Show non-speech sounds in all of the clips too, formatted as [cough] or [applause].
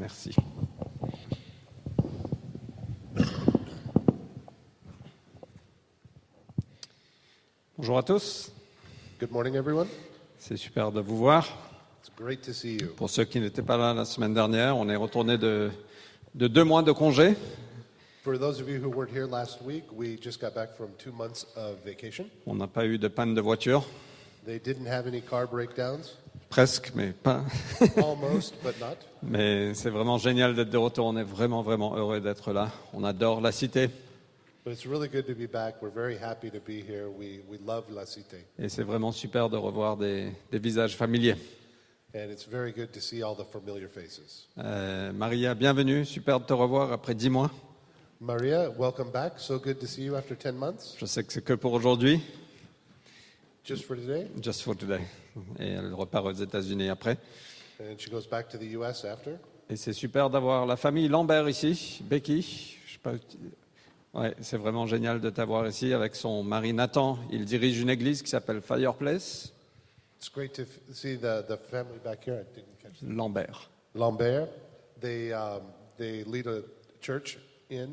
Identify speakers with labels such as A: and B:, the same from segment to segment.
A: Merci. Bonjour à tous,
B: Good morning, everyone.
A: c'est super de vous voir.
B: It's great to see you.
A: Pour ceux qui n'étaient pas là la semaine dernière, on est retourné de, de deux mois de congé.
B: For those of you who weren't here last week, we just got back from two months of vacation.
A: On n'a pas eu de panne de voiture,
B: They didn't have any car breakdowns,
A: presque, mais pas. [laughs]
B: almost, but not.
A: mais c'est vraiment génial d'être de retour, on est vraiment, vraiment heureux d'être là. On adore la cité
B: But it's really good to be back. We're very happy to be here. We, we love La Cité,
A: et c'est vraiment super de revoir des, des visages familiers.
B: and it's very good to see all the familiar faces.
A: Euh, Maria, bienvenue, super de te revoir après dix mois.
B: Maria, welcome back. So good to see you after 10 months,
A: Je sais que c'est que pour aujourd'hui,
B: just for today.
A: just for today. Et elle repart aux États-Unis après.
B: And she goes back to the U.S. after.
A: Et c'est super d'avoir la famille Lambert ici, Becky. Je sais pas, ouais, c'est vraiment génial de t'avoir ici avec son mari Nathan. Il dirige une église qui s'appelle Fireplace
B: It's great to f- see the, the family back here. I didn't catch that.
A: Lambert.
B: Lambert, they, um, they lead a church in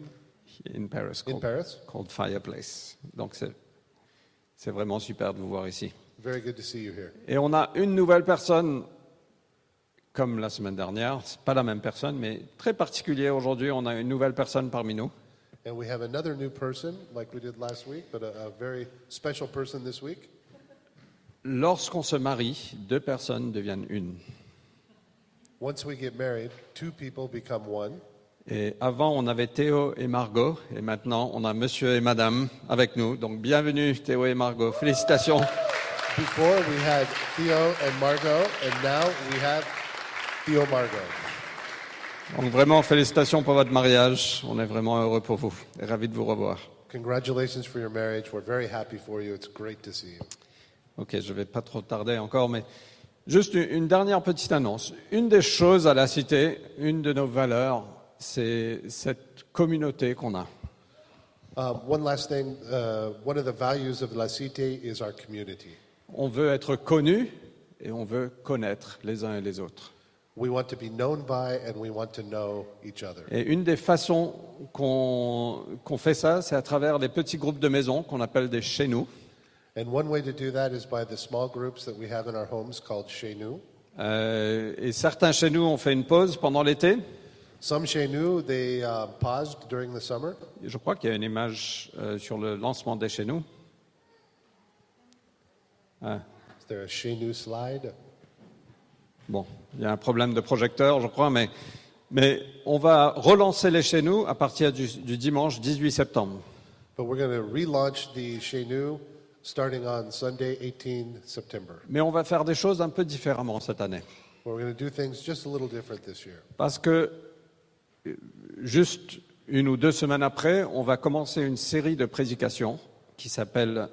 A: In Paris.
B: In
A: called-
B: Paris.
A: Called Fireplace. Donc c'est, c'est vraiment super de vous voir ici.
B: Very good to see you here.
A: Et on a une nouvelle personne, comme la semaine dernière. C'est pas la même personne, mais très particulière aujourd'hui. On a une nouvelle personne parmi nous.
B: And we have another new person, like we did last week, but a, a very special person this week.
A: Lorsqu'on se marie, deux personnes deviennent une.
B: Once we get married, two people become one.
A: Et avant, on avait Théo et Margot, et maintenant, on a monsieur et madame avec nous. Donc, bienvenue, Théo et Margot. Félicitations.
B: Before we had Theo and Margot, and now we have Theo Margot.
A: Donc, vraiment, félicitations pour votre mariage. On est vraiment heureux pour vous. Et ravis de vous revoir.
B: Congratulations for your marriage. We're very happy for you. It's great to see you.
A: Ok, je vais pas trop tarder encore, mais juste une- une dernière petite annonce. Une des choses à la cité, une de nos valeurs, c'est cette communauté qu'on a.
B: Um, one last thing. Uh, one of the values of La Cité is our community.
A: On veut être connu et on veut connaître les uns et les autres.
B: We want to be known by, and we want to know each other.
A: Et une des façons qu'on qu'on fait ça, c'est à travers les petits groupes de maisons qu'on appelle des chez nous.
B: And one way to do that is by the small groups that we have in our homes called Chez Nous.
A: Euh, et certains chez nous ont fait une pause pendant l'été.
B: Some chez nous, they uh, paused during the summer.
A: Je crois qu'il y a une image euh, sur le lancement des chez nous. Ah,
B: Is there a chez nous slide?
A: bon, il y a un problème de projecteur, je crois, mais, mais on va relancer les chez nous à partir du, du dimanche 18 septembre.
B: But we're going to relaunch the chez nous starting on Sunday, 18 September.
A: Mais on va faire des choses un peu différemment cette année.
B: We're going to do things just a little different this year.
A: Parce que euh, juste une ou deux semaines après, on va commencer une série de prédications qui s'appelle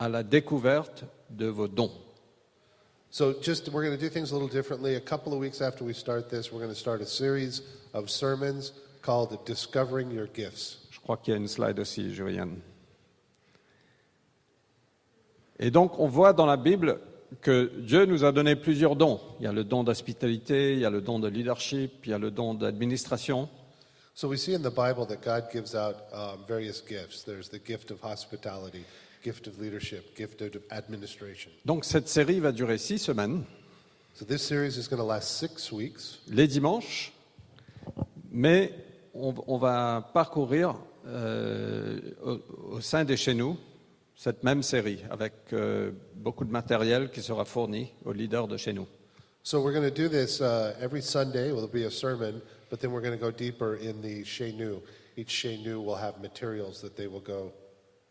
A: À la découverte de vos dons.
B: So just we're going to do things a little differently. A couple of weeks after we start this, we're going to start a series of sermons called Discovering Your Gifts.
A: Je crois qu'il y a une slide aussi, Julianne. Et donc, on voit dans la Bible que Dieu nous a donné plusieurs dons. Il y a le don d'hospitalité, il y a le don de leadership, il y a le don d'administration.
B: So we see in the Bible that God gives out um, various gifts. There's the gift of hospitality, gift of leadership, gift of administration.
A: Donc, cette série va durer six semaines.
B: So this series is going to last six weeks.
A: les dimanches, mais on, on va parcourir euh, au, au sein des chez nous cette même série avec euh, beaucoup de matériel qui sera fourni aux leaders de chez nous.
B: So we're going to do this uh, every Sunday. Well, it'll be a sermon, but then we're going to go deeper in the Chez nous. Each Chez nous will have materials that they will go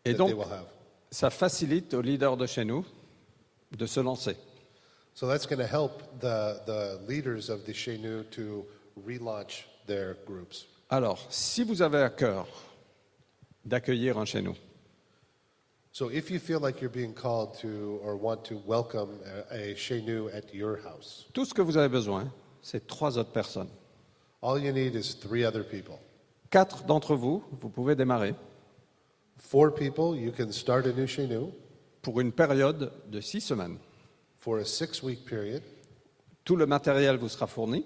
A: Et
B: that
A: donc-
B: they will have.
A: Ça facilite aux leaders de chez nous de se lancer.
B: So that's going to help the the leaders of the Chez nous to relaunch their groups.
A: Alors, si vous avez à cœur d'accueillir un chez nous,
B: So if you feel like you're being called to or want to welcome a, a Chez nous at your house,
A: tout ce que vous avez besoin, c'est trois autres personnes.
B: all you need is three other people.
A: Quatre d'entre vous, vous pouvez démarrer
B: Four people, you can start a new Chez nous
A: pour une période de six semaines.
B: for a six-week period.
A: Tout le matériel vous sera fourni.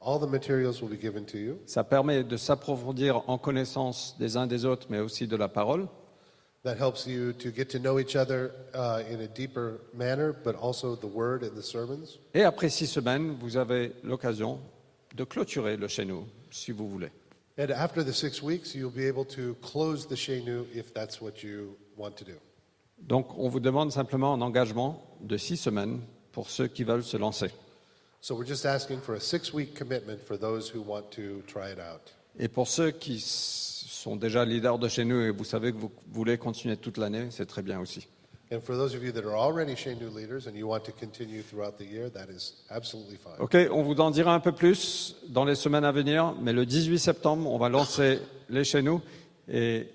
B: All the materials will be given to you.
A: Ça permet de s'approfondir en connaissance des uns des autres, mais aussi de la parole.
B: That helps you to get to know each other uh, in a deeper manner, but also the word and the sermons.
A: Et après six semaines, vous avez l'occasion de clôturer le chez nous, si vous voulez.
B: And after the six weeks, you'll be able to close the Shenu if that's what you want to do.
A: Donc, on vous demande simplement un engagement de six semaines pour ceux qui veulent se lancer.
B: So we're just asking for a six week commitment for those who want to try it out.
A: Et pour ceux qui s- sont déjà leaders de chez nous et vous savez que vous voulez continuer toute l'année, c'est très bien aussi.
B: And for those of you that are already Shenu leaders and you want to continue throughout the year, that is absolutely fine.
A: Ok, on vous en dira un peu plus dans les semaines à venir, mais le 18 septembre, on va lancer les chez nous et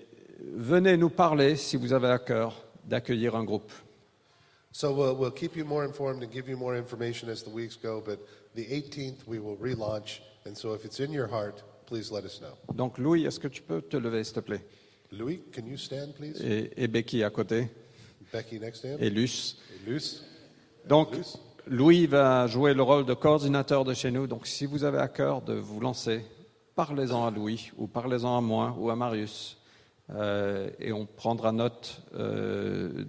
A: venez nous parler si vous avez à cœur d'accueillir un groupe.
B: So we'll, we'll keep you more informed and give you more information as the weeks go, but the 18th we will relaunch. And so if it's in your heart, please let us know.
A: Donc Louis, est-ce que tu peux te lever, s'il te plaît
B: Louis, can you stand, please?
A: et, et Becky à côté,
B: Becky next to him.
A: et Luce.
B: Luce.
A: Donc, Louis va jouer le rôle de coordinateur de chez nous. Donc, si vous avez à cœur de vous lancer, parlez-en à Louis ou parlez-en à moi ou à Marius. Euh, et on prendra note euh,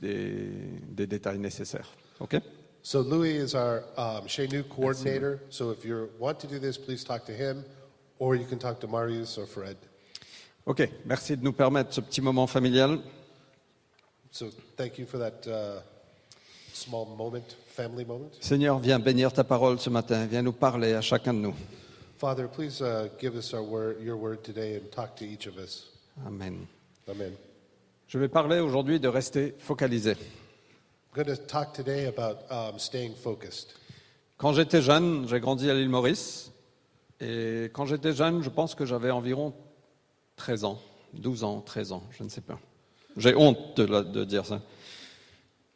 A: des, des détails nécessaires. OK
B: So Louis is our um, Shenu coordinator. So if you want to do this, please talk to him, or you can talk to Marius or Fred.
A: OK. Merci de nous permettre ce petit moment familial.
B: So thank you for that uh, small moment, family moment.
A: Seigneur, viens bénir ta parole ce matin. Viens nous parler à chacun de nous.
B: Father, please uh, give us our word, your word today, and talk to each of us.
A: Amen.
B: Amen.
A: Je vais parler aujourd'hui de rester focalisé.
B: I'm going to talk today about um, staying focused.
A: Quand j'étais jeune, j'ai grandi à l'île Maurice. Et quand j'étais jeune, je pense que j'avais environ 13 ans, 12 ans, 13 ans, je ne sais pas. J'ai honte de, la- de dire ça.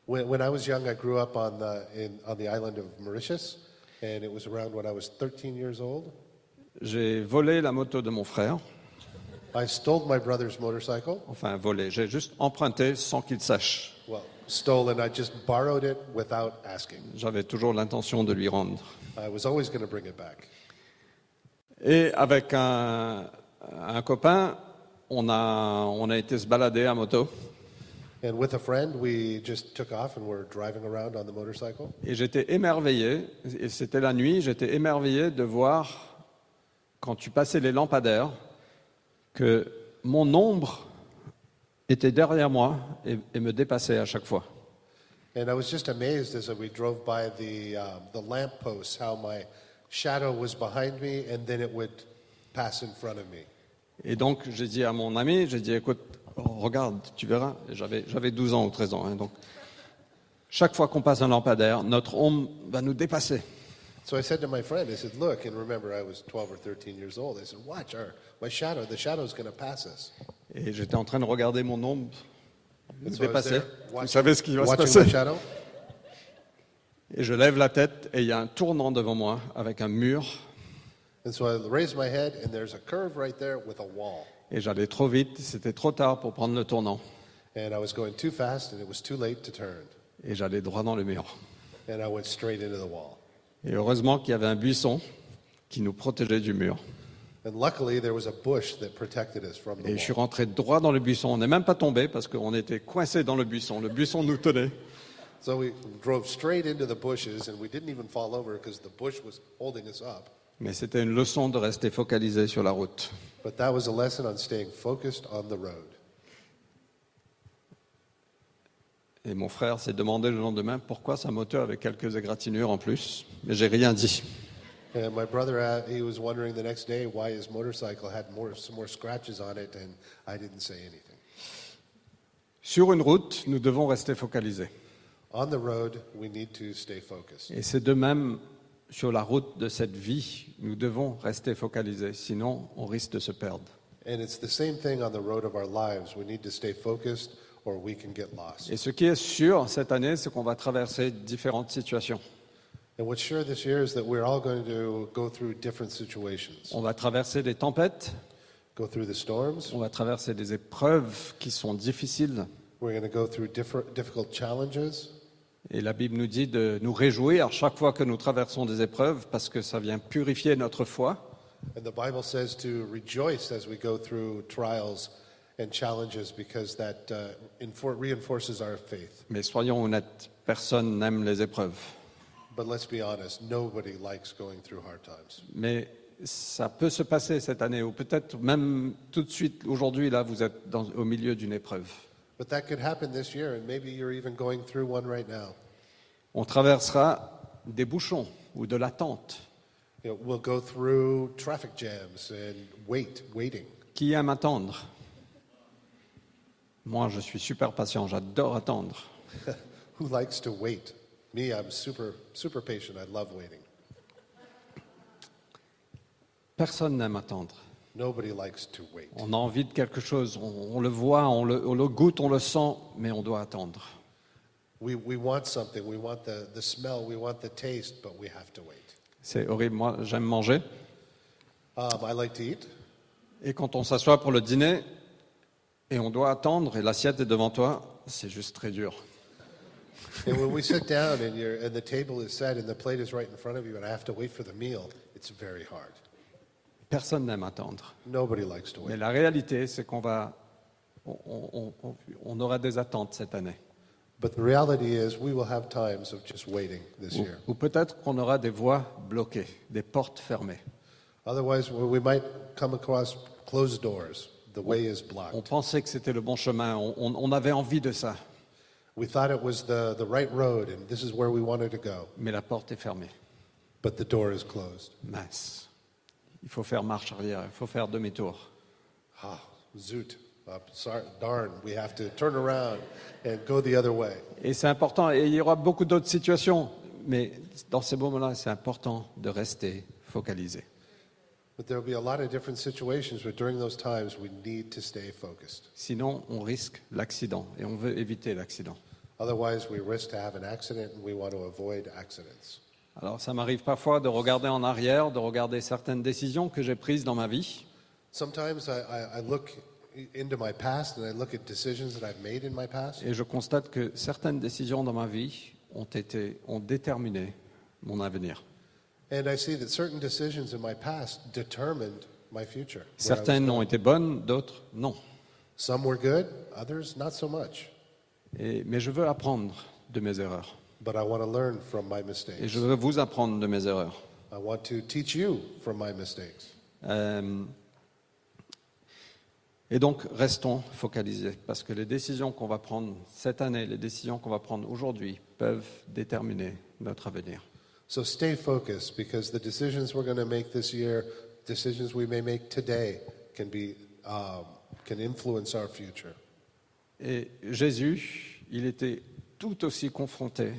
B: When, when I was young, I grew up on the, in, on the island of Mauritius, and it was around when I was 13 years old.
A: J'ai volé la moto de mon frère.
B: I stole my brother's motorcycle.
A: Enfin, volé. J'ai juste emprunté sans qu'il sache.
B: Well, stolen, I just borrowed it without asking.
A: J'avais toujours l'intention de lui rendre.
B: I was always going to bring it back.
A: Et avec un, un copain, on a, on a été se balader à moto.
B: And with a friend, we just took off and were driving around on the motorcycle.
A: Et j'étais émerveillé, et c'était la nuit, j'étais émerveillé de voir, quand tu passais les lampadaires, que mon ombre était derrière moi et, et me dépassait à chaque fois.
B: And I was just amazed as we drove by the, um, the lampposts how my shadow was behind me and then it would pass in front of me.
A: Et donc j'ai dit à mon ami, j'ai dit, écoute, regarde, tu verras, Et j'avais j'avais 12 ans ou 13 ans, hein, donc chaque fois qu'on passe un lampadaire, notre ombre va nous dépasser.
B: So I said to my friend, I said, look, and remember I was 12 or 13 years old. I said, watch, our, my shadow, the shadow's going to pass us.
A: Et j'étais en train de regarder mon ombre me
B: And so I was
A: dépasser.
B: there
A: Vous
B: watching-
A: savez ce qui va se
B: watching
A: passer
B: my shadow.
A: Et je lève la tête et il y a un tournant devant moi avec un mur
B: And so I raised my head and there's a curve right there with a wall.
A: et j'allais trop vite, c'était trop tard pour prendre le tournant
B: And I was going too fast and it was too late to turn.
A: et j'allais droit dans le mur.
B: And I went straight into the wall.
A: Et heureusement qu'il y avait un buisson qui nous protégeait du mur.
B: And luckily, there was a bush that protected us from the
A: Et je suis
B: wall.
A: rentré droit dans le buisson, on n'est même pas tombé parce qu'on était coincé dans le buisson, le buisson nous tenait.
B: So we drove straight into the bushes, and we didn't even fall over because the bush was holding us up.
A: Mais c'était une leçon de rester focalisé sur la route.
B: But that was a lesson on staying focused on the road.
A: Et mon frère s'est demandé le lendemain pourquoi sa moto avait quelques égratignures en plus, mais j'ai rien dit.
B: And my brother, uh, he was wondering the next day why his motorcycle had more, some more scratches on it, and I didn't say anything.
A: Sur une route, nous devons rester focalisés.
B: On the road, we need to stay focused.
A: Et c'est de même sur la route de cette vie, nous devons rester focalisés, sinon on risque de se perdre.
B: And it's the same thing on the road of our lives. We need to stay focused, or we can get lost.
A: Et ce qui est sûr cette année, c'est qu'on va traverser différentes situations.
B: And what's sure this year is that we're all going to go through different situations,
A: On va traverser des tempêtes,
B: go through the storms.
A: on va traverser des épreuves qui sont difficiles,
B: We're going to go through different, difficult challenges,
A: Et la Bible nous dit de nous réjouir chaque fois que nous traversons des épreuves parce que ça vient purifier notre foi.
B: And the Bible says to rejoice as we go through trials and challenges because that uh, infor- reinforces our faith.
A: Mais soyons honnêtes, personne n'aime les épreuves.
B: But let's be honest, nobody likes going through hard times.
A: Mais ça peut se passer cette année ou peut-être même tout de suite aujourd'hui, là, vous êtes dans- au milieu d'une épreuve.
B: But that could happen this year, and maybe you're even going through one right now.
A: On traversera des bouchons ou de l'attente.
B: You know, we'll go through traffic jams and wait, waiting.
A: Qui aime attendre Moi, je suis super patient, j'adore attendre.
B: Who likes to wait? Me, I'm super, super patient. I love waiting.
A: Personne n'aime attendre.
B: Nobody likes to wait.
A: On a envie de quelque chose, on, on le voit, on le, on le goûte, on le sent, mais on doit attendre.
B: We, we want something. We want the, the smell. We want the taste, but we have to wait.
A: C'est horrible, moi j'aime manger.
B: Um, I like to eat.
A: Et quand on s'assoit pour le dîner et on doit attendre et l'assiette est devant toi, c'est juste très dur.
B: And when we sit down and, you're, and the table is set and the plate is right in front of you and I have to wait for the meal, it's very hard.
A: Personne n'aime attendre.
B: Nobody likes to
A: Mais
B: wait.
A: la réalité, c'est qu'on va, on- on- on- on aura des attentes cette année.
B: But the reality is, we will have times of just waiting this
A: Ou,
B: year.
A: ou peut-être qu'on aura des voies bloquées, des portes fermées.
B: Otherwise, we we might come across closed doors. The way is
A: On
B: blocked.
A: pensait que c'était le bon chemin, on, on- on avait envie de ça,
B: We thought it was the, the right road and this is where we wanted to go,
A: mais la porte est fermée.
B: but the door is closed.
A: Mince. Il faut faire marche arrière, il faut faire demi-tour.
B: Ah, zoot. Uh, sorry, darn, we have to turn around and go the other way.
A: Et c'est important, et il y aura beaucoup d'autres situations, mais dans ces moments-là, c'est important de rester focalisé.
B: But there will be a lot of different situations, but during those times, we need to stay focused.
A: Sinon, on risque l'accident, et on veut éviter l'accident.
B: Otherwise, we risk to have an accident, and we want to avoid accidents.
A: Alors ça m'arrive parfois de regarder en arrière, de regarder certaines décisions que j'ai prises dans ma vie,
B: Sometimes I, I, I look into my past and I look at decisions that I've made in my past,
A: et je constate que certaines décisions dans ma vie ont, été, ont déterminé mon avenir.
B: and I see that certain decisions in my past determined my future. where I was
A: Certaines
B: going.
A: ont été bonnes, d'autres non.
B: Some were good, others not so much.
A: Et- mais je veux apprendre de mes erreurs,
B: But I want to learn from my
A: et
B: mistakes.
A: je veux vous apprendre de mes erreurs.
B: I want to teach you from my mistakes.
A: Euh, et donc, restons focalisés, parce que les décisions qu'on va prendre cette année, les décisions qu'on va prendre aujourd'hui, peuvent déterminer notre avenir.
B: So stay focused because the decisions we're going to make this year, decisions we may make today, can be um, can influence our future.
A: Et Jésus, il était tout aussi confronté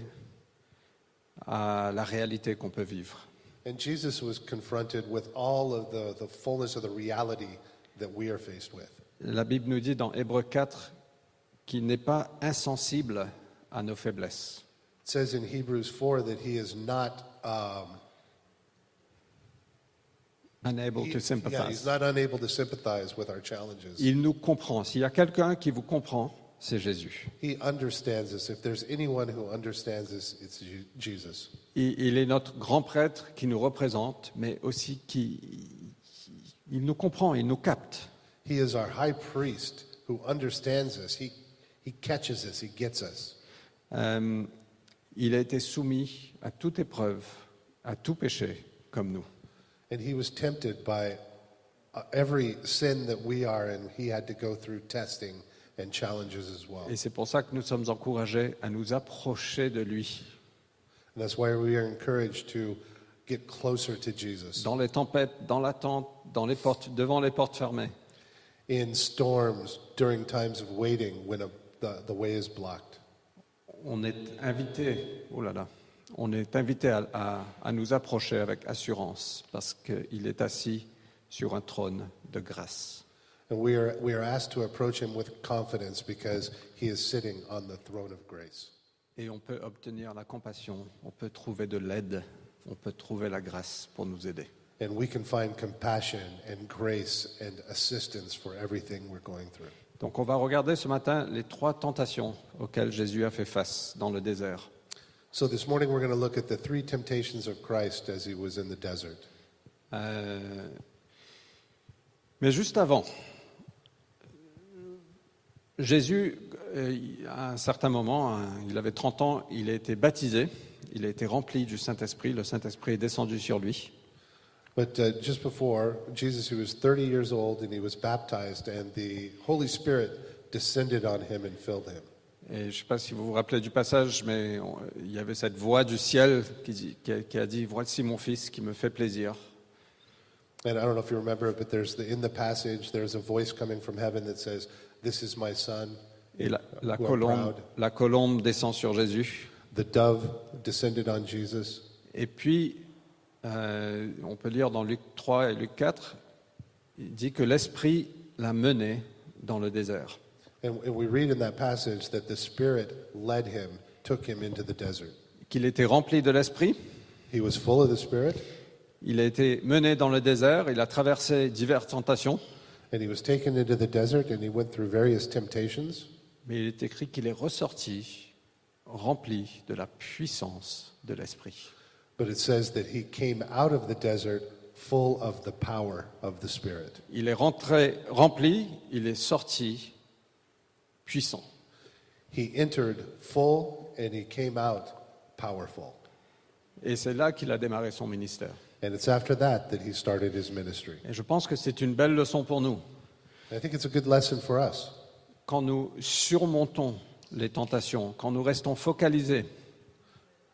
A: à la réalité qu'on peut vivre.
B: And Jesus was confronted with all of the, the fullness of the reality that we are faced with.
A: La Bible nous dit dans Hébreu 4 qu'il n'est pas insensible à nos faiblesses.
B: It says in Hebrews 4 that he is not um,
A: Unable
B: he-
A: to
B: yeah, he's
A: sympathize.
B: not unable to sympathize with our challenges.
A: Il nous comprend. S'il y a quelqu'un qui vous comprend, c'est Jésus.
B: He understands us. If there's anyone who understands us, it's Je- Jesus.
A: Il, il est notre grand prêtre qui nous représente, mais aussi qui qui- il nous comprend, il nous capte.
B: He is our high priest who understands us. He, he catches us. He gets us.
A: Euh, il a été soumis à toute épreuve, à tout péché, comme nous.
B: And he was tempted by uh, every sin that we are in. He had to go through testing and challenges as well.
A: Et c'est pour ça que nous sommes encouragés à nous approcher de lui
B: And that's why we are encouraged to get closer to Jesus
A: dans les tempêtes, dans l'attente, dans les portes, devant les portes fermées.
B: in storms, during times of waiting when a, the, the way is blocked.
A: On est invité, oh là là, on est invité à, à- à nous approcher avec assurance parce qu'il est assis sur un trône de grâce.
B: And we are, we are asked to approach him with confidence because he is sitting on the throne of grace.
A: Et on peut obtenir la compassion, on peut trouver de l'aide, on peut trouver la grâce pour nous aider.
B: And we can find compassion and grace and assistance for everything we're going through.
A: Donc on va regarder ce matin les trois tentations auxquelles Jésus a fait face dans le désert.
B: So this morning we're going to look at the three temptations of Christ as he was in the desert.
A: Euh, mais juste avant, Jésus, euh, il- à un certain moment, hein, il avait 30 ans, il a été baptisé, il a été rempli du Saint-Esprit, le Saint-Esprit est descendu sur lui.
B: But uh, just before, Jesus, he was 30 years old and he was baptized, and the Holy Spirit descended on him and filled him.
A: Et je ne sais pas si vous vous rappelez du passage, mais on- il y avait cette voix du ciel qui, dit- qui a, qui a dit, voici mon fils qui me fait plaisir.
B: And I don't know if you remember, but there's the, in the passage, there's a voice coming from heaven that says, This is my son.
A: Et la, la
B: who I'm
A: colombe,
B: proud.
A: la colombe descend sur Jésus.
B: The dove descended on Jesus.
A: Et puis, euh, on peut lire dans Luc 3 et Luc 4, il dit que l'Esprit l'a mené dans le désert.
B: And, and we read in that passage that the Spirit led him, took him into the desert.
A: Qu'il était rempli de l'Esprit,
B: He was full of the Spirit,
A: il a été mené dans le désert, il a traversé diverses tentations,
B: and he was taken into the desert, and he went through various temptations.
A: mais il est écrit qu'il est ressorti rempli de la puissance de l'Esprit.
B: But it says that he came out of the desert full of the power of the Spirit.
A: Il est rentré rempli, il est sorti puissant.
B: He entered full, and he came out powerful.
A: Et c'est là qu'il a démarré son ministère.
B: And it's after that that he started his ministry.
A: Et je pense que c'est une belle leçon pour nous.
B: I think it's a good lesson for us.
A: quand nous surmontons les tentations, quand nous restons focalisés,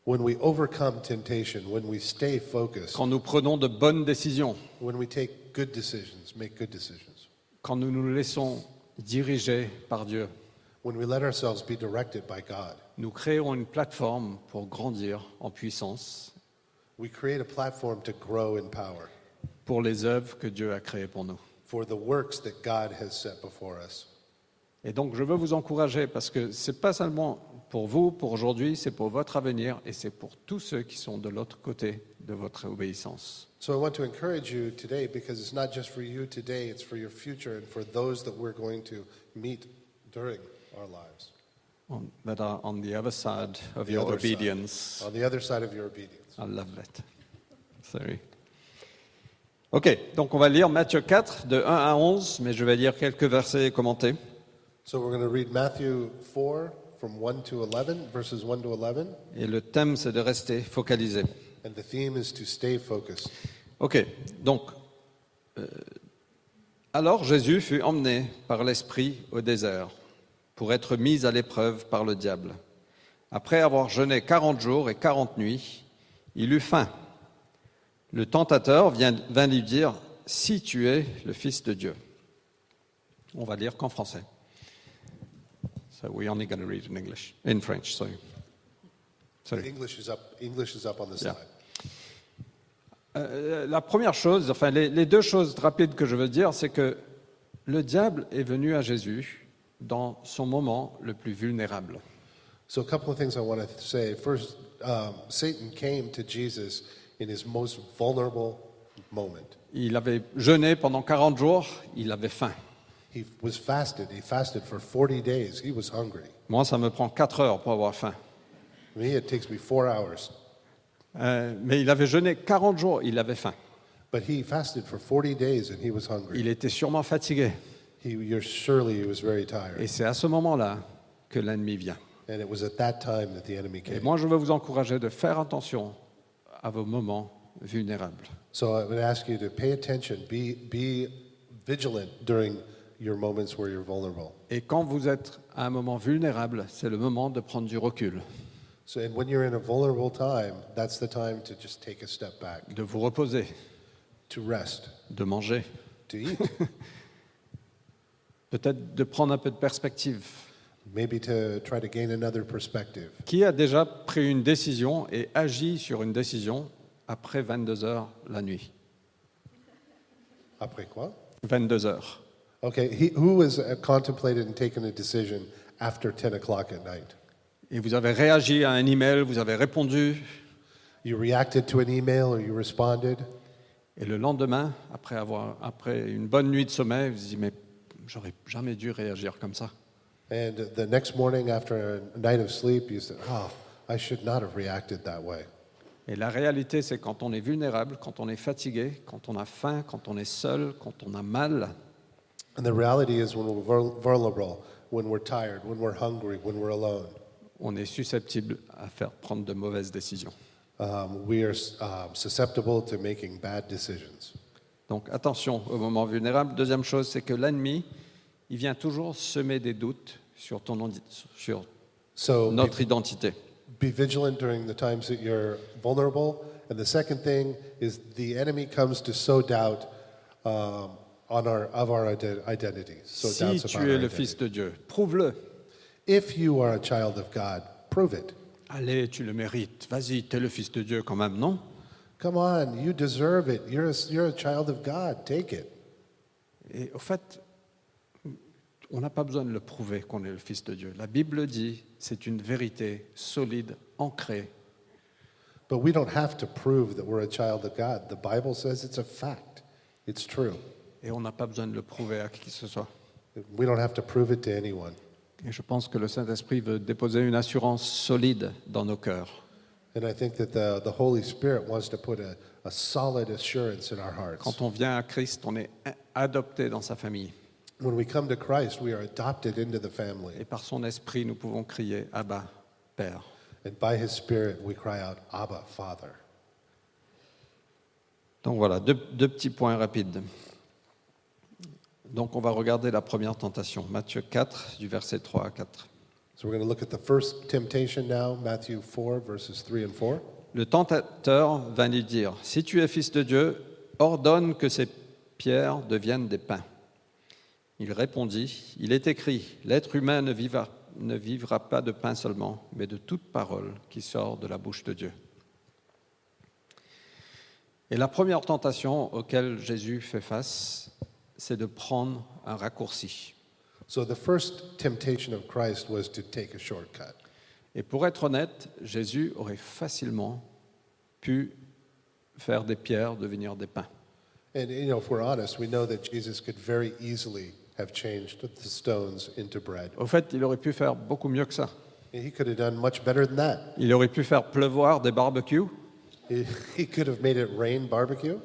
B: When we overcome temptation, when we stay focused,
A: quand nous prenons de bonnes décisions,
B: when we take good decisions, make good decisions,
A: quand nous nous laissons diriger par Dieu,
B: when we let ourselves be directed by God,
A: nous créons une plateforme pour grandir en puissance
B: we create a platform to grow in power
A: pour les œuvres que Dieu a créées pour nous.
B: for the works that God has set before us.
A: Et donc je veux vous encourager parce que ce n'est pas seulement pour vous, pour aujourd'hui, c'est pour votre avenir et c'est pour tous ceux qui sont de l'autre côté de votre obéissance.
B: So I want to encourage you today because it's not just for you today, it's for your future and for those that we're going to meet during our lives
A: On- that are on the other side of
B: The
A: your
B: other side.
A: obedience.
B: on the other side of your obedience.
A: I love that. Sorry. Ok, donc on va lire Matthieu 4 de 1 à 11, mais je vais lire quelques versets et commenter.
B: So we're going to read Matthew 4 from 1 to 11, verses 1 to 11,
A: Et le thème, c'est de rester focalisé.
B: and the theme is to stay focused.
A: Ok, donc. euh, alors Jésus fut emmené par l'Esprit au désert pour être mis à l'épreuve par le diable. Après avoir jeûné quarante jours et quarante nuits, il eut faim. Le tentateur vient- vint lui dire Si tu es le Fils de Dieu. On va lire qu'en français. So we're only going to read in English, in French, sorry. Sorry.
B: English is up English is up on the
A: Yeah.
B: slide.
A: Euh, la première chose, enfin les, les deux choses rapides que je veux dire, c'est que le diable est venu à Jésus dans son moment le plus vulnérable.
B: So a couple of things I want to say. First, um, Satan came to Jesus in his most vulnerable moment.
A: Il avait jeûné pendant 40 jours, il avait faim.
B: He was fasted. He fasted for 40 days. He was hungry.
A: Moi, ça me prend 4 heures pour avoir faim.
B: Me, it takes me four hours.
A: Euh, mais il avait jeûné 40 jours, il avait faim.
B: But he fasted for 40 days and he was hungry.
A: Il était sûrement fatigué.
B: He, you're surely he was very
A: Et
B: tired.
A: c'est à ce moment-là que l'ennemi vient.
B: And it was at that time that the enemy
A: Et
B: came.
A: moi, je veux vous encourager de faire attention à vos moments vulnérables.
B: So I would ask you to pay attention, be, be vigilant during your moments where you're vulnerable.
A: Et quand vous êtes à un moment vulnérable, c'est le moment de prendre du recul.
B: So, and when you're in a vulnerable time, that's the time to just take a step back,
A: de vous reposer,
B: to rest,
A: de manger,
B: to eat,
A: peut-être de prendre un peu de perspective.
B: maybe to try to gain another perspective.
A: Qui a déjà pris une décision et agi sur une décision après 22 heures la nuit
B: Après quoi?
A: 22 heures.
B: Okay, he, who has uh, contemplated and taken a decision after 10 o'clock at night?
A: Et vous avez réagi à un email, vous avez répondu,
B: You reacted to an email or you responded,
A: et le lendemain, après, avoir, après une bonne nuit de sommeil, vous vous dites Mais j'aurais jamais dû réagir comme ça.
B: and the next morning after a night of sleep, you said, Oh, I should not have reacted that way.
A: Et la réalité, c'est quand on est vulnérable, quand on est fatigué, quand on a faim, quand on est seul, quand on a mal,
B: And the reality is, when we're vul- vulnerable, when we're tired, when we're hungry, when we're alone,
A: on est susceptible à faire prendre de mauvaises décisions.
B: um, we are um, susceptible to making bad decisions.
A: Donc attention au moment vulnérable. Deuxième chose, c'est que l'ennemi, il vient toujours semer des doutes sur, ton, indi- sur
B: So be,
A: notre identité.
B: be vigilant during the times that you're vulnerable. And the second thing is, the enemy comes to sow doubt um, on our of our ide- identity. So
A: Si
B: doubts
A: tu
B: about our
A: es le
B: identity.
A: Fils de Dieu, prouve-le.
B: If you are a child of God, prove it.
A: Allez, tu le mérites. Vas-y, tu es le Fils de Dieu quand même, non
B: Come on, you deserve it. You're a, you're a child of God. Take it.
A: Et au fait, on n'a pas besoin de le prouver qu'on est le Fils de Dieu. La Bible dit, c'est une vérité solide, ancrée.
B: But we don't have to prove that we're a child of God. The Bible says it's a fact. It's true.
A: Et on n'a pas besoin de le prouver à qui que ce soit.
B: We don't have to prove it to anyone.
A: Et je pense que le Saint-Esprit veut déposer une assurance solide dans nos cœurs.
B: And I think that the, the Holy Spirit wants to put a, a solid assurance in our hearts.
A: Quand on vient à Christ, on est adopté dans sa famille.
B: When we come to Christ, we are adopted into the family.
A: Et par son esprit, nous pouvons crier Abba, Père.
B: And by his Spirit, we cry out, Abba, Father.
A: Donc voilà, deux, deux petits points rapides. Donc on va regarder la première tentation, Matthieu 4, du verset 3 à 4.
B: So we're going to look at the first temptation now, Matthew 4, verses 3 and 4.
A: Le tentateur vint lui dire, Si tu es fils de Dieu, ordonne que ces pierres deviennent des pains. Il répondit, Il est écrit, l'être humain ne vivra, ne vivra pas de pain seulement, mais de toute parole qui sort de la bouche de Dieu. Et la première tentation auquel Jésus fait face, c'est de prendre un raccourci.
B: So the first temptation of Christ was to take a shortcut.
A: Et pour être honnête, Jésus aurait facilement pu faire des pierres devenir des pains.
B: And you know, if we're honest, we know that Jesus could very easily have changed the stones into bread.
A: Au fait, il aurait pu faire beaucoup mieux que ça.
B: He could have done much better than that.
A: Il aurait pu faire pleuvoir des barbecues
B: He, [laughs] he could have made it rain barbecue,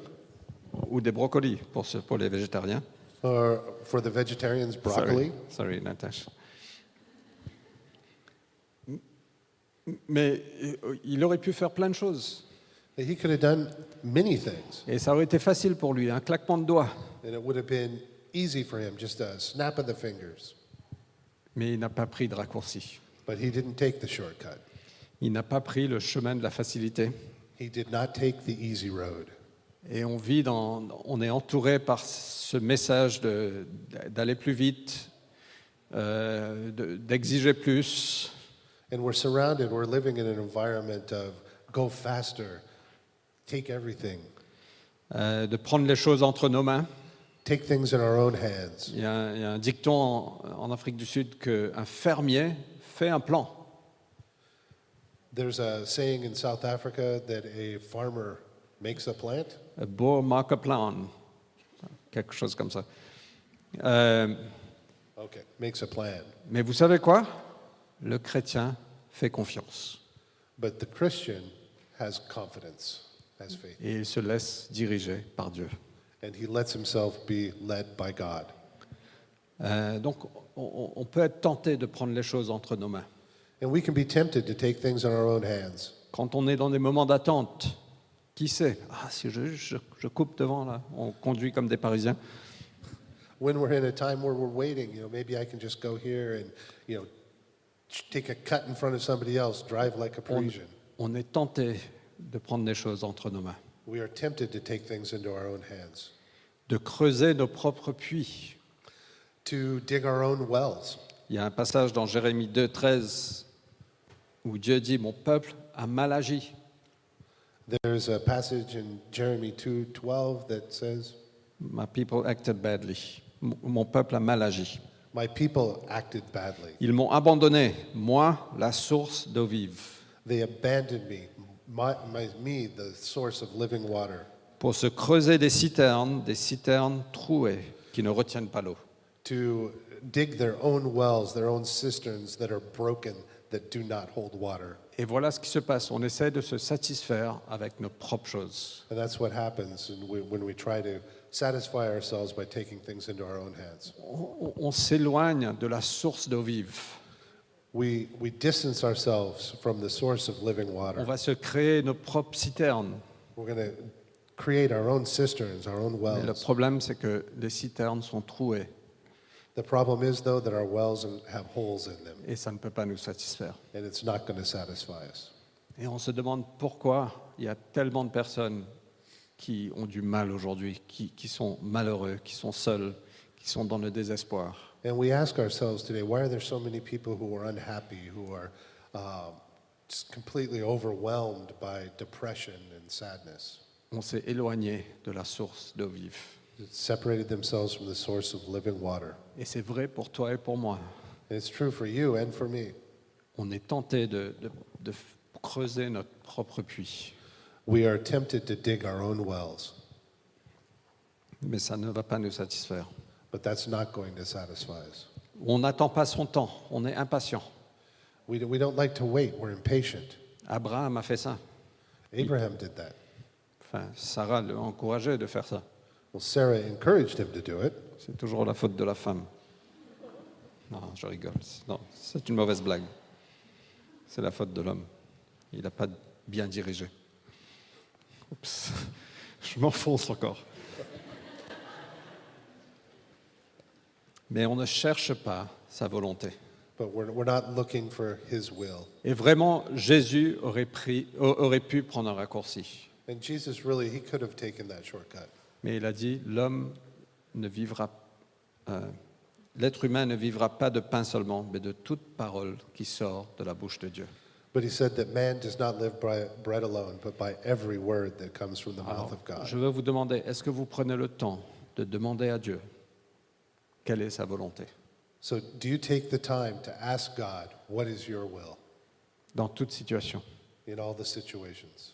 A: ou des brocolis pour, ce- pour les végétariens.
B: or for the vegetarians, broccoli.
A: Sorry, sorry Natasha. M- Mais euh, il aurait pu faire plein de choses.
B: He could have done many things,
A: Et ça aurait été facile pour lui, un claquement de doigts.
B: and it would have been easy for him, just a snap of the fingers.
A: Mais il n'a pas pris de raccourci.
B: But he didn't take the shortcut.
A: Il n'a pas pris le chemin de la facilité.
B: He did not take the easy road.
A: Et on vit dans, on est entouré par ce message de- d'aller plus vite, euh, de- d'exiger plus,
B: And we're surrounded, we're living in an environment of go faster, take everything,
A: euh, de prendre les choses entre nos mains.
B: take things in our own hands.
A: Il y a un, il y a un dicton en, en Afrique du Sud qu'un fermier fait un plan.
B: There's a saying in South Africa that a farmer makes a plant.
A: A boer mark a plan. Quelque chose comme ça. Euh,
B: Okay, makes a plan.
A: mais vous savez quoi Le chrétien fait confiance
B: But the Christian has confidence, has faith,
A: et il se laisse diriger par Dieu.
B: and he lets himself be led by God.
A: Euh, donc on, on peut être tenté de prendre les choses entre nos mains.
B: And we can be tempted to take things in our own hands.
A: Quand on est dans des moments d'attente, qui sait Ah, si je, je- je coupe devant là, on conduit comme des Parisiens.
B: When we're in a time where we're waiting, you know, maybe I can just go here and, you know, ch- take a cut in front of somebody else, drive like a Parisian.
A: On est tenté de prendre les choses entre nos mains,
B: We are tempted to take things into our own hands,
A: de creuser nos propres puits.
B: to dig our own wells.
A: Il y a un passage dans Jérémie 2, 13 où Dieu dit Mon peuple a mal agi.
B: There's a passage in Jeremy 2:12 that says,
A: My people acted badly. Mon- Mon peuple a mal agi.
B: My people acted badly.
A: Ils m'ont abandonné, moi, la source d'eau vive,
B: They abandoned me, my, my, me, the source of living water,
A: pour se creuser des citernes, des citernes trouées qui ne retiennent pas l'eau.
B: to dig their own wells, their own cisterns that are broken, that do not hold water.
A: Et voilà ce qui se passe. On essaie de se satisfaire avec nos propres choses.
B: And that's what happens and we, when we try to satisfy ourselves by taking things into our own hands.
A: On, on s'éloigne de la source d'eau vive.
B: We, we distance ourselves from the source of living
A: On
B: water.
A: va se créer nos propres citernes.
B: We're going to create our own cisterns, our own
A: Mais le
B: wells.
A: problème, c'est que les citernes sont trouées
B: The problem is, though, that our wells have holes in them,
A: et ça ne peut pas nous satisfaire.
B: and it's not going to satisfy us.
A: Et on se demande pourquoi il y a tellement de personnes qui ont du mal aujourd'hui, qui, qui sont malheureux, qui sont seuls, qui sont dans le désespoir.
B: And we ask ourselves today, why are there so many people who are unhappy, who are um, just completely overwhelmed by depression and sadness?
A: On s'est éloigné de la source d'eau vive.
B: It separated themselves from the source of living water.
A: Et c'est vrai pour toi et pour moi.
B: And it's true for you and for me.
A: On est tenté de, de- de f- creuser notre propre puits,
B: We are tempted to dig our own wells,
A: mais ça ne va pas nous satisfaire.
B: but that's not going to satisfy us.
A: On n'attend pas son temps, on est impatient.
B: We, we don't like to wait, we're impatient.
A: Abraham a fait ça.
B: Abraham did that.
A: Enfin, Sarah l'a encouragé de faire ça.
B: Well, Sarah encouraged him to do it.
A: C'est toujours la faute de la femme. Non, je rigole. Non, c'est une mauvaise blague. C'est la faute de l'homme. Il n'a pas bien dirigé. Oups, [laughs] je m'enfonce encore. Mais on ne cherche pas sa volonté.
B: But we're, we're not looking for his will.
A: Et vraiment, Jésus aurait, pris- a- aurait pu prendre un raccourci.
B: And Jesus really, he could have taken that shortcut.
A: Mais il a dit, l'homme ne vivra, euh, l'être humain ne vivra pas de pain seulement, mais de toute parole qui sort de la bouche de Dieu.
B: But he said that man does not live by bread alone, but by every word that comes from the mouth of
A: Alors,
B: God.
A: je veux vous demander, est-ce que vous prenez le temps de demander à Dieu quelle est sa volonté
B: So, do you take the time to ask God, what is your will
A: dans toute situation
B: in all the situations?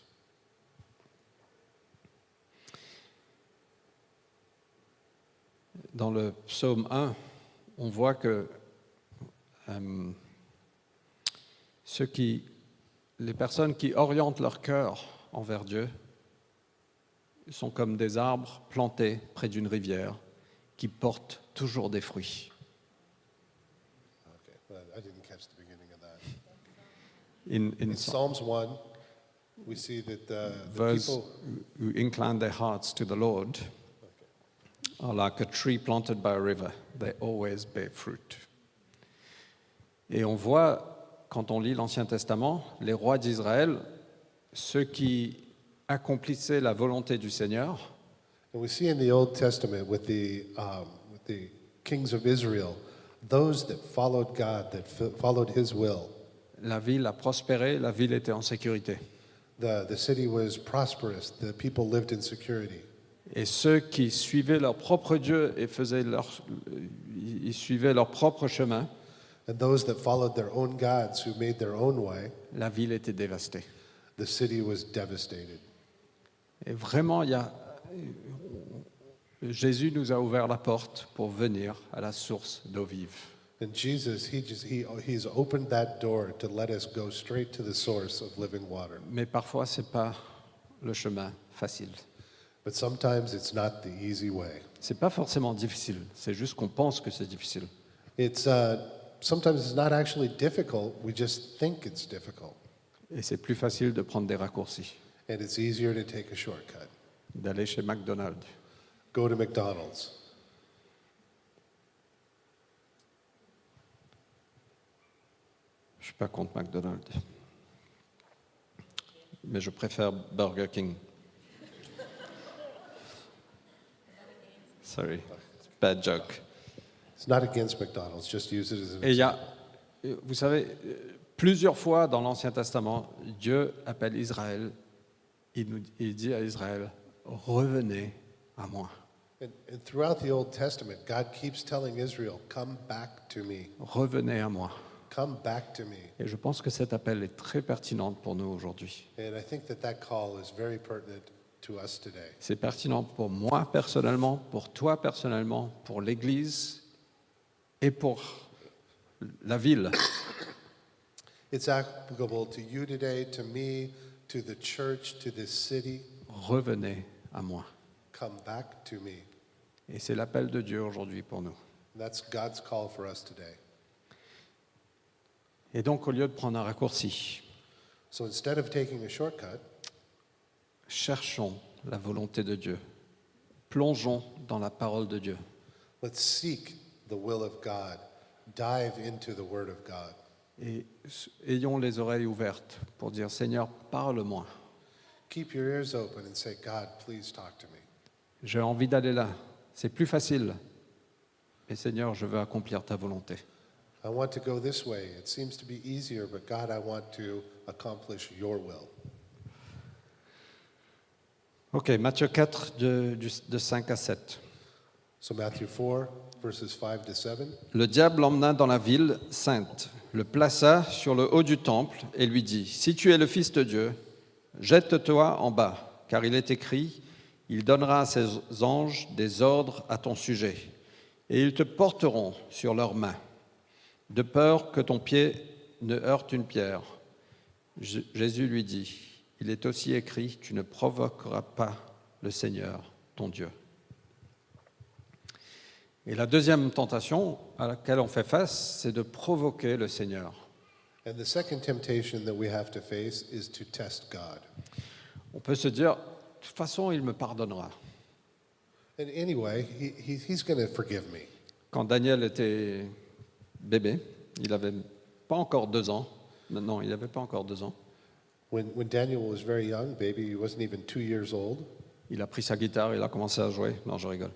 A: Dans le psaume 1, on voit que euh, ceux qui, les personnes qui orientent leur cœur envers Dieu sont comme des arbres plantés près d'une rivière qui portent toujours des fruits.
B: Okay, well, I didn't catch the beginning of that.
A: In, in
B: In Psalms 1, we see that the, the
A: those
B: people,
A: who incline their hearts to the Lord are like a tree planted by a river. They always bear fruit. Et on voit, quand on lit l'Ancien Testament, les rois d'Israël, ceux qui accomplissaient la volonté du Seigneur,
B: and we see in the Old Testament with the, um, with the kings of Israel, those that followed God, that fo- followed his will,
A: la ville a prospéré, la ville était en sécurité.
B: the, the city was prosperous, the people lived in security.
A: Et ceux qui suivaient leur propre Dieu et faisaient leur, euh, ils suivaient leur propre chemin,
B: And those that followed their own gods, who made their own way,
A: la ville était dévastée.
B: the city was devastated.
A: Et vraiment, il y a- Jésus nous a ouvert la porte pour venir à la source d'eau vive.
B: And Jesus, he just, he, he's opened that door to let us go straight to the source of living water.
A: Mais parfois, ce n'est pas le chemin facile.
B: But sometimes it's not the easy way.
A: Ce n'est pas forcément difficile, c'est juste qu'on pense que c'est difficile.
B: It's uh, sometimes it's not actually difficult. We just think it's difficult,
A: Et c'est plus facile de prendre des raccourcis,
B: and it's easier to take a shortcut.
A: d'aller chez McDonald's.
B: Go to McDonald's.
A: Je ne suis pas contre McDonald's. Mais je préfère Burger King. Sorry, bad joke.
B: It's not against McDonald's. Just use it as an.
A: Et il y a, euh, vous savez, euh, plusieurs fois dans l'Ancien Testament, Dieu appelle Israël, il, nous- il dit à Israël, revenez à moi,
B: And, and throughout the Old Testament, God keeps telling Israel, "Come back to me.
A: revenez à moi.
B: Come back to me."
A: Et je pense que cet appel est très pertinent pour nous aujourd'hui.
B: And I think that that call is very pertinent to us today.
A: C'est pertinent pour moi personnellement, pour toi personnellement, pour l'Église et pour la ville.
B: It's applicable to you today, to me, to the church, to this city.
A: Revenez à moi.
B: Come back to me.
A: Et c'est l'appel de Dieu aujourd'hui pour nous.
B: And that's God's call for us today.
A: Et donc, au lieu de prendre un raccourci,
B: So instead of taking a shortcut,
A: cherchons la volonté de Dieu. Plongeons dans la parole de Dieu.
B: let's seek the will of God, dive into the Word of God,
A: Et s- ayons les oreilles ouvertes pour dire Seigneur, parle-moi.
B: keep your ears open and say, God, please talk to me.
A: J'ai envie d'aller là. C'est plus facile. Mais Seigneur, je veux accomplir ta volonté.
B: I want to go this way. It seems to be easier, but God, I want to accomplish your will.
A: Ok, Matthieu 4, de, du- de 5 à 7.
B: So, Matthew 4, verses 5 to 7.
A: Le diable l'emmena dans la ville sainte, le plaça sur le haut du temple et lui dit, Si tu es le Fils de Dieu, jette-toi en bas, car il est écrit, Il donnera à ses anges des ordres à ton sujet, et ils te porteront sur leurs mains, de peur que ton pied ne heurte une pierre. J- Jésus lui dit, Il est aussi écrit, Tu ne provoqueras pas le Seigneur, ton Dieu. Et la deuxième tentation à laquelle on fait face, c'est de provoquer le Seigneur.
B: And the second temptation that we have to face is to test God.
A: On peut se dire, de toute façon, il me pardonnera.
B: And anyway, he, he, he's going to forgive me.
A: Quand Daniel était bébé, il n'avait pas encore deux ans. Non, Non, il n'avait pas encore deux ans.
B: When, when Daniel was very young, baby, he wasn't even two years old,
A: Il a pris sa guitare, il a commencé à jouer. Non, je [laughs] rigole.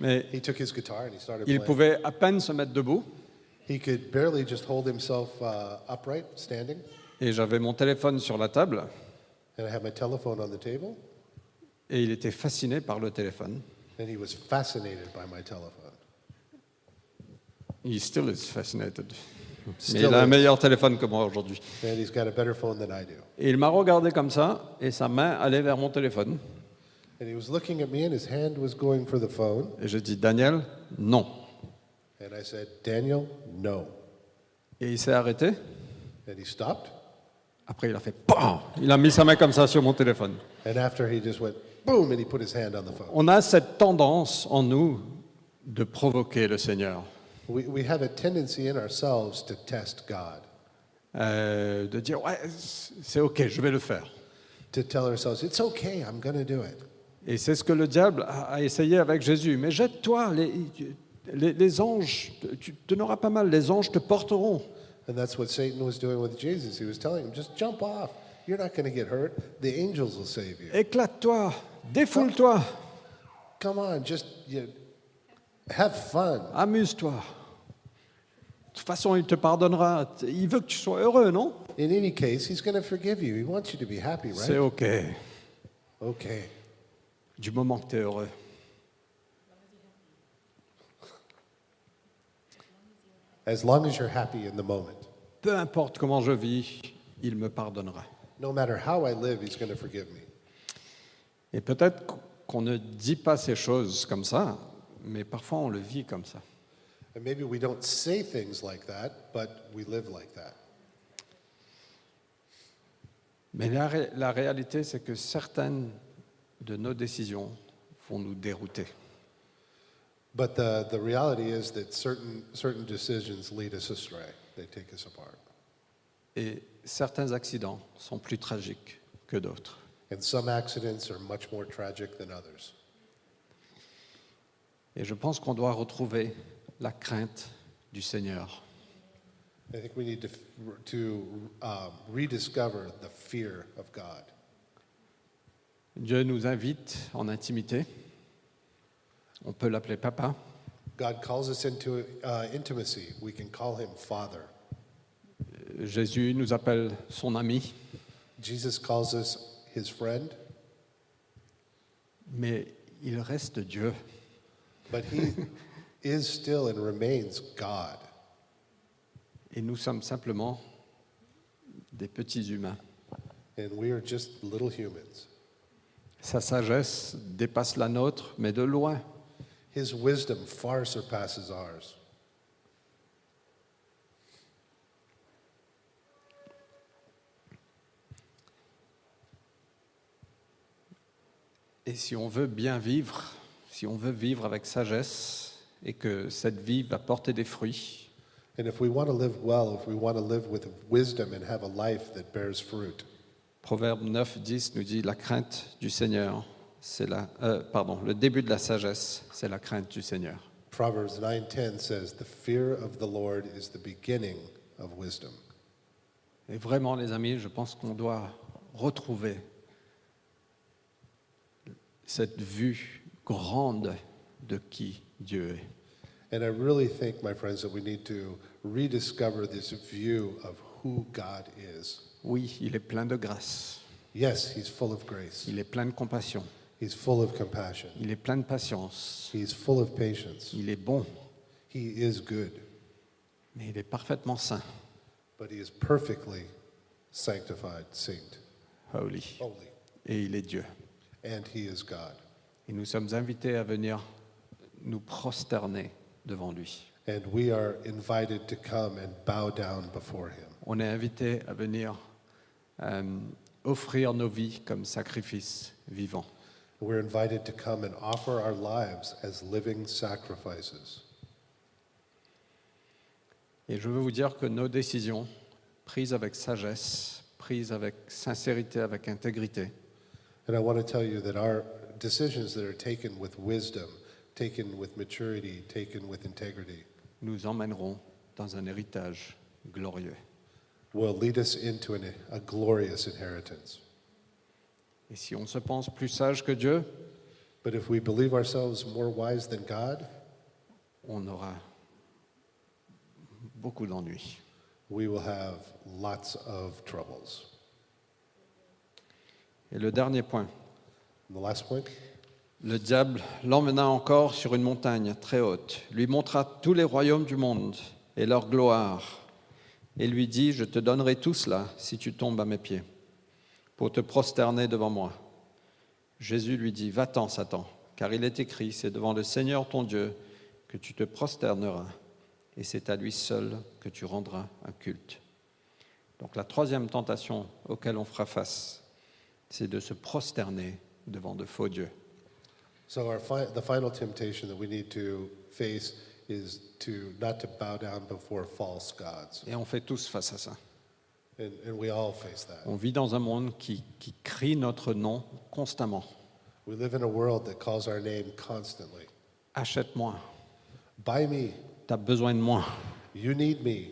A: Mais
B: he took his guitar and he started
A: il
B: playing.
A: pouvait à peine se mettre debout.
B: He could barely just hold himself uh, upright, standing.
A: Et j'avais mon téléphone sur la table.
B: And I had my telephone on the table,
A: Et il était fasciné par le téléphone.
B: and he was fascinated by my telephone.
A: He still is fascinated. Mais
B: Still
A: il a un
B: is.
A: meilleur téléphone que moi aujourd'hui.
B: And he's got a better phone than I do.
A: Et il m'a regardé comme ça, et sa main allait vers mon téléphone.
B: And he was looking at me, and his hand was going for the phone.
A: Et j'ai dit, Daniel, non.
B: And I said, Daniel, no.
A: Et il s'est arrêté.
B: And he stopped.
A: Après, il a fait, PAM Il a mis sa main comme ça sur mon téléphone.
B: And after he just went boom, and he put his hand on the phone.
A: On a cette tendance en nous de provoquer le Seigneur,
B: We, we have a tendency in ourselves to test God,
A: Euh, de dire, ouais, c'est OK, je vais le faire.
B: to tell ourselves, it's okay, I'm going to do it.
A: Et c'est ce que le diable a a essayé avec Jésus. Mais jette-toi, les, les- les anges, tu, tu en auras pas mal, les anges te porteront.
B: And that's what Satan was doing with Jesus. He was telling him, just jump off. You're not going to get hurt. The angels will save you.
A: Éclate-toi, défoule-toi,
B: Come on, just you know, have fun.
A: amuse-toi. De toute façon, il te pardonnera. Il veut que tu sois heureux, non
B: In any case, he's going to forgive you. He wants you to be happy, right?
A: C'est OK,
B: okay.
A: du moment que tu es heureux.
B: As long as you're happy in the moment.
A: Peu importe comment je vis, il me pardonnera.
B: No matter how I live, he's going to forgive me.
A: Et peut-être qu'on ne dit pas ces choses comme ça, mais parfois on le vit comme ça.
B: And maybe we don't say things like that, but we live like that.
A: Mais la, ré- la réalité, c'est que certaines de nos décisions vont nous dérouter.
B: But the, the reality is that certain, certain decisions lead us astray, they take us apart.
A: Et certains accidents sont plus tragiques que d'autres.
B: And some accidents are much more tragic than others.
A: Et je pense qu'on doit retrouver la crainte du Seigneur.
B: I think we need to, f- to um, rediscover the fear of God.
A: Dieu nous invite en intimité. On peut l'appeler papa.
B: God calls us into uh, intimacy. We can call him Father.
A: Euh, Jésus nous appelle son ami.
B: Jesus calls us his friend,
A: Mais il reste Dieu.
B: but he [laughs] is still and remains God.
A: Et nous sommes simplement des petits humains.
B: And we are just little humans.
A: Sa sagesse dépasse la nôtre, mais de loin.
B: His wisdom far surpasses ours.
A: Et si on veut bien vivre, si on veut vivre avec sagesse et que cette vie va porter des fruits,
B: And if we want to live well, if we want to live with wisdom and have a life that bears fruit,
A: Proverbe 9, 10 nous dit la crainte du Seigneur, c'est la, euh, pardon, le début de la sagesse, c'est la crainte du Seigneur.
B: Proverbs 9:10 says, "The fear of the Lord is the beginning of wisdom."
A: Et vraiment, les amis, je pense qu'on doit retrouver cette vue grande de qui Dieu est.
B: And I really think, my friends, that we need to rediscover this view of who God is.
A: Oui, il est plein de grâce,
B: Yes, he's full of grace.
A: il est plein de compassion,
B: He's full of compassion.
A: il est plein de patience,
B: He's full of patience.
A: il est bon,
B: He is good,
A: mais il est parfaitement saint,
B: but he is perfectly sanctified, saint,
A: holy,
B: holy,
A: et il est Dieu.
B: and he is God.
A: Et nous sommes invités à venir nous prosterner devant lui.
B: And we are invited to come and bow down before him.
A: On est invité à venir euh, offrir nos vies comme sacrifice vivant.
B: We're invited to come and offer our lives as living sacrifices.
A: Et je veux vous dire que nos décisions, prises avec sagesse, prises avec sincérité, avec intégrité,
B: And I want to tell you that our decisions that are taken with wisdom, taken with maturity, taken with integrity,
A: nous emmèneront dans un héritage glorieux.
B: will lead us into an, a glorious inheritance.
A: Et si on se pense plus sage que Dieu,
B: But if we believe ourselves more wise than God,
A: on aura beaucoup d'ennuis.
B: we will have lots of troubles.
A: Et le dernier point,
B: And the last point
A: Le diable l'emmena encore sur une montagne très haute, lui montra tous les royaumes du monde et leur gloire, et lui dit, je te donnerai tout cela si tu tombes à mes pieds, pour te prosterner devant moi. Jésus lui dit, va-t'en, Satan, car il est écrit, c'est devant le Seigneur ton Dieu que tu te prosterneras, et c'est à lui seul que tu rendras un culte. Donc la troisième tentation auquel on fera face, c'est de se prosterner devant de faux dieux.
B: So our fi- the final temptation that we need to face is to not to bow down before false gods.
A: Et on fait tous face à ça.
B: And, and we all face that.
A: On vit dans un monde qui, qui crie notre nom constamment.
B: We live in a world that calls our name constantly.
A: Achète-moi,
B: Buy me.
A: tu as besoin de moi,
B: You need me.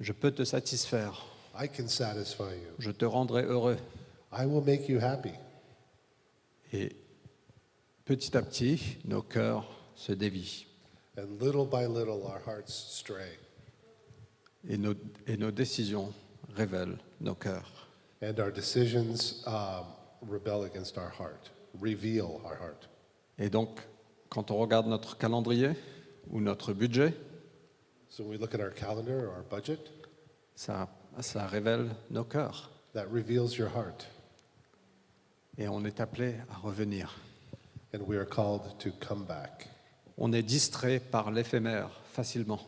A: je peux te satisfaire,
B: I can satisfy you.
A: je te rendrai heureux.
B: I will make you happy.
A: Et petit à petit, nos cœurs se dévient
B: And little by little, our hearts stray.
A: et nos, et nos décisions révèlent nos cœurs.
B: And our decisions um, rebel against our heart, reveal our heart.
A: Et donc, quand on regarde notre calendrier ou notre budget,
B: So when we look at our calendar or our budget,
A: ça, ça révèle nos cœurs.
B: that reveals your heart.
A: Et on est appelé à revenir.
B: And we are called to come back.
A: On est distrait par l'éphémère facilement.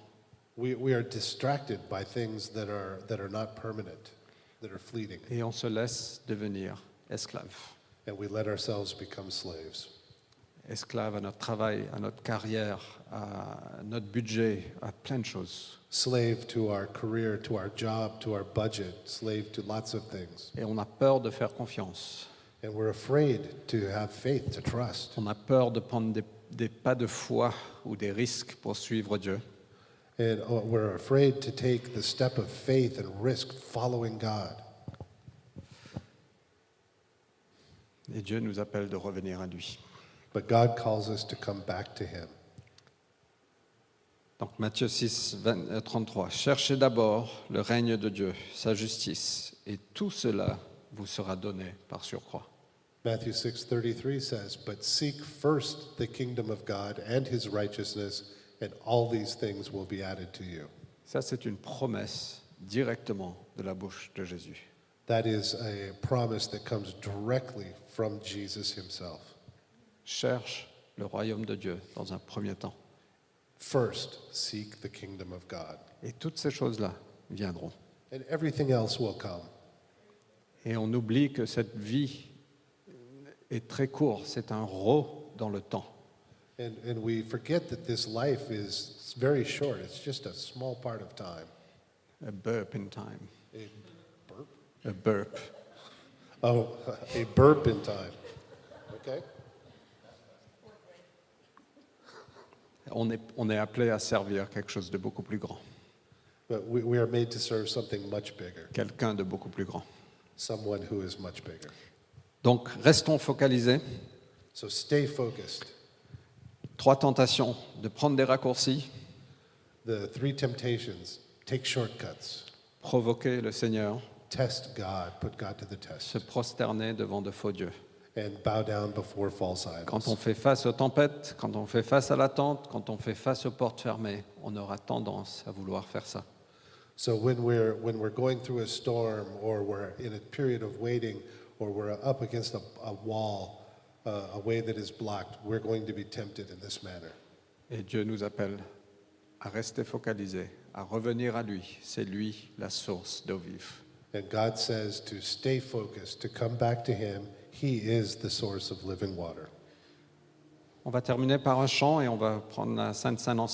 B: We, we are distracted by things that are, that are not permanent, that are fleeting,
A: et on se laisse devenir esclave.
B: and we let ourselves become slaves.
A: Esclave à notre travail, à notre carrière, à notre budget, à plein de choses.
B: Slave to our career, to our job, to our budget, slave to lots of things.
A: Et on a peur de faire confiance.
B: And we're afraid to have faith, to trust.
A: On a peur de prendre des, des pas de foi ou des risques pour suivre Dieu.
B: And uh, we're afraid to take the step of faith and risk following God.
A: Et Dieu nous appelle de revenir à lui.
B: But God calls us to come back to Him.
A: Donc Matthieu 6, 20, euh, 33. Cherchez d'abord le règne de Dieu, sa justice, et tout cela vous sera donné par surcroît.
B: Matthew 6:33 says, "But seek first the kingdom of God and his righteousness, and all these things will be added to you."
A: Ça, c'est une promesse directement de la bouche de Jésus.
B: That is a promise that comes directly from Jesus himself.
A: cherche le royaume de Dieu dans un premier temps.
B: First, seek the kingdom of God,
A: Et toutes ces choses-là viendront.
B: and everything else will come.
A: Et on oublie que cette vie est très court, c'est un row dans le temps.
B: And, and we forget that this life is very short. It's just a small part of time.
A: A burp in time.
B: A burp?
A: A burp.
B: Oh, [laughs] a burp in time. Okay?
A: On est, on est appelé à servir quelque chose de beaucoup plus grand,
B: But we, we are made to serve something much bigger,
A: quelqu'un de beaucoup plus grand.
B: someone who is much bigger.
A: Donc restons focalisés.
B: So stay focused.
A: Trois tentations de prendre des raccourcis,
B: The three temptations take shortcuts,
A: provoquer le Seigneur,
B: test God, put God to the test,
A: se prosterner devant de faux dieux.
B: and bow down before false
A: Quand on
B: idols.
A: fait face aux tempêtes, quand on fait face à l'attente, quand on fait face aux portes fermées, on aura tendance à vouloir faire ça.
B: So when we're, when we're going through a storm or we're in a period of waiting or we're up against a, a wall, uh, a way that is blocked, we're going to be tempted in this manner.
A: Et Dieu nous appelle à rester focalisés, à revenir à lui. C'est lui la source d'eau vive.
B: And God says to stay focused, to come back to Him. He is the source of living water.
A: On va terminer par un chant et on va prendre la Sainte Saint